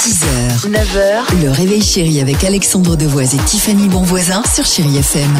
6h, 9h, le réveil chéri avec Alexandre Devoise et Tiffany Bonvoisin sur Chéri FM.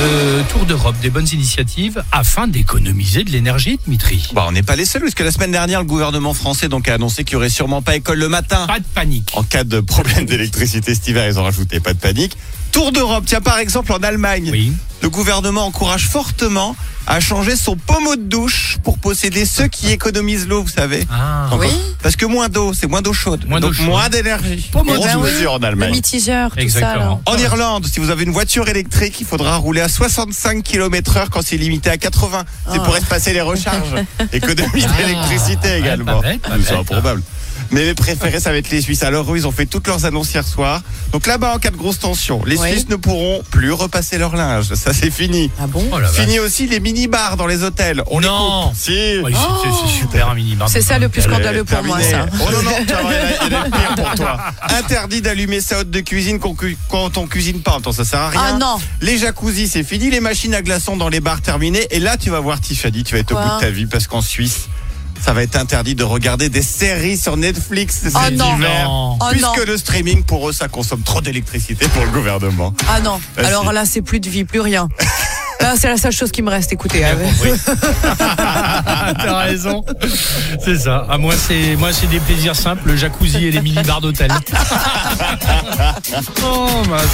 Euh, tour d'Europe, des bonnes initiatives afin d'économiser de l'énergie, Dimitri. Bah, on n'est pas les seuls, puisque la semaine dernière, le gouvernement français donc, a annoncé qu'il n'y aurait sûrement pas école le matin. Pas de panique. En cas de problème d'électricité cet hiver, ils ont rajouté pas de panique. Tour d'Europe, tiens par exemple en Allemagne. Oui. Le gouvernement encourage fortement à changer son pommeau de douche pour posséder ceux qui économisent l'eau, vous savez. Ah. Encore. Parce que moins d'eau, c'est moins d'eau chaude. Moins donc d'eau chaude. moins d'énergie. Pommeau de Grosse douche. mesure en Le Allemagne. mitigeur, tout ça. Exactement. là. En Irlande, si vous avez une voiture électrique, il faudra rouler à 65 km heure quand c'est limité à 80. C'est Ah. pour espacer les recharges. Économie Ah. d'électricité Ouais, également. pas bête, pas C'est bête. hein. improbable. Mais mes préférés, ça va être les Suisses. Alors eux, ils ont fait toutes leurs annonces hier soir. Donc là-bas, en cas de grosse tension, les Oui. Suisses ne pourront plus repasser leur linge. Ça, c'est fini. Ah bon Oh là là. Fini aussi les mini-bars dans les hôtels. On Non. les coupe. Si. Oui, Oh, c'est- c'est- c'est super hein. un mini C'est ça le plus Allez, scandaleux pour moi, terminé. ça. Oh non, non, tu vas voir, il y en a- il y en a pire pour toi. Interdit d'allumer sa hotte de cuisine qu'on cu- quand on cuisine pas. Attends, ça sert à rien. Ah non. Les jacuzzis, c'est fini. Les machines à glaçons dans les bars, terminées. Et là, tu vas voir Tiffany, tu vas être au Quoi bout de ta vie parce qu'en Suisse, ça va être interdit de regarder des séries sur Netflix cet Oh non. hiver. Non. Oh puisque non. le streaming, pour eux, ça consomme trop d'électricité pour le gouvernement. Ah non. Ah, si. Alors là, c'est plus de vie, plus rien. Là, Ah, c'est la seule chose qui me reste, écoutez. euh, Bien avec- compris. T'as raison. C'est ça. À moi, c'est moi, c'est des plaisirs simples, le jacuzzi et les mini bars d'hôtel. oh mince.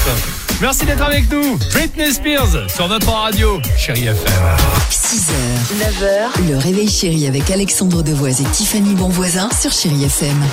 Merci d'être avec nous. Britney Spears sur votre radio, chérie FM. 6h, 9h, le réveil chéri avec Alexandre Devoise et Tiffany Bonvoisin sur Chéri FM.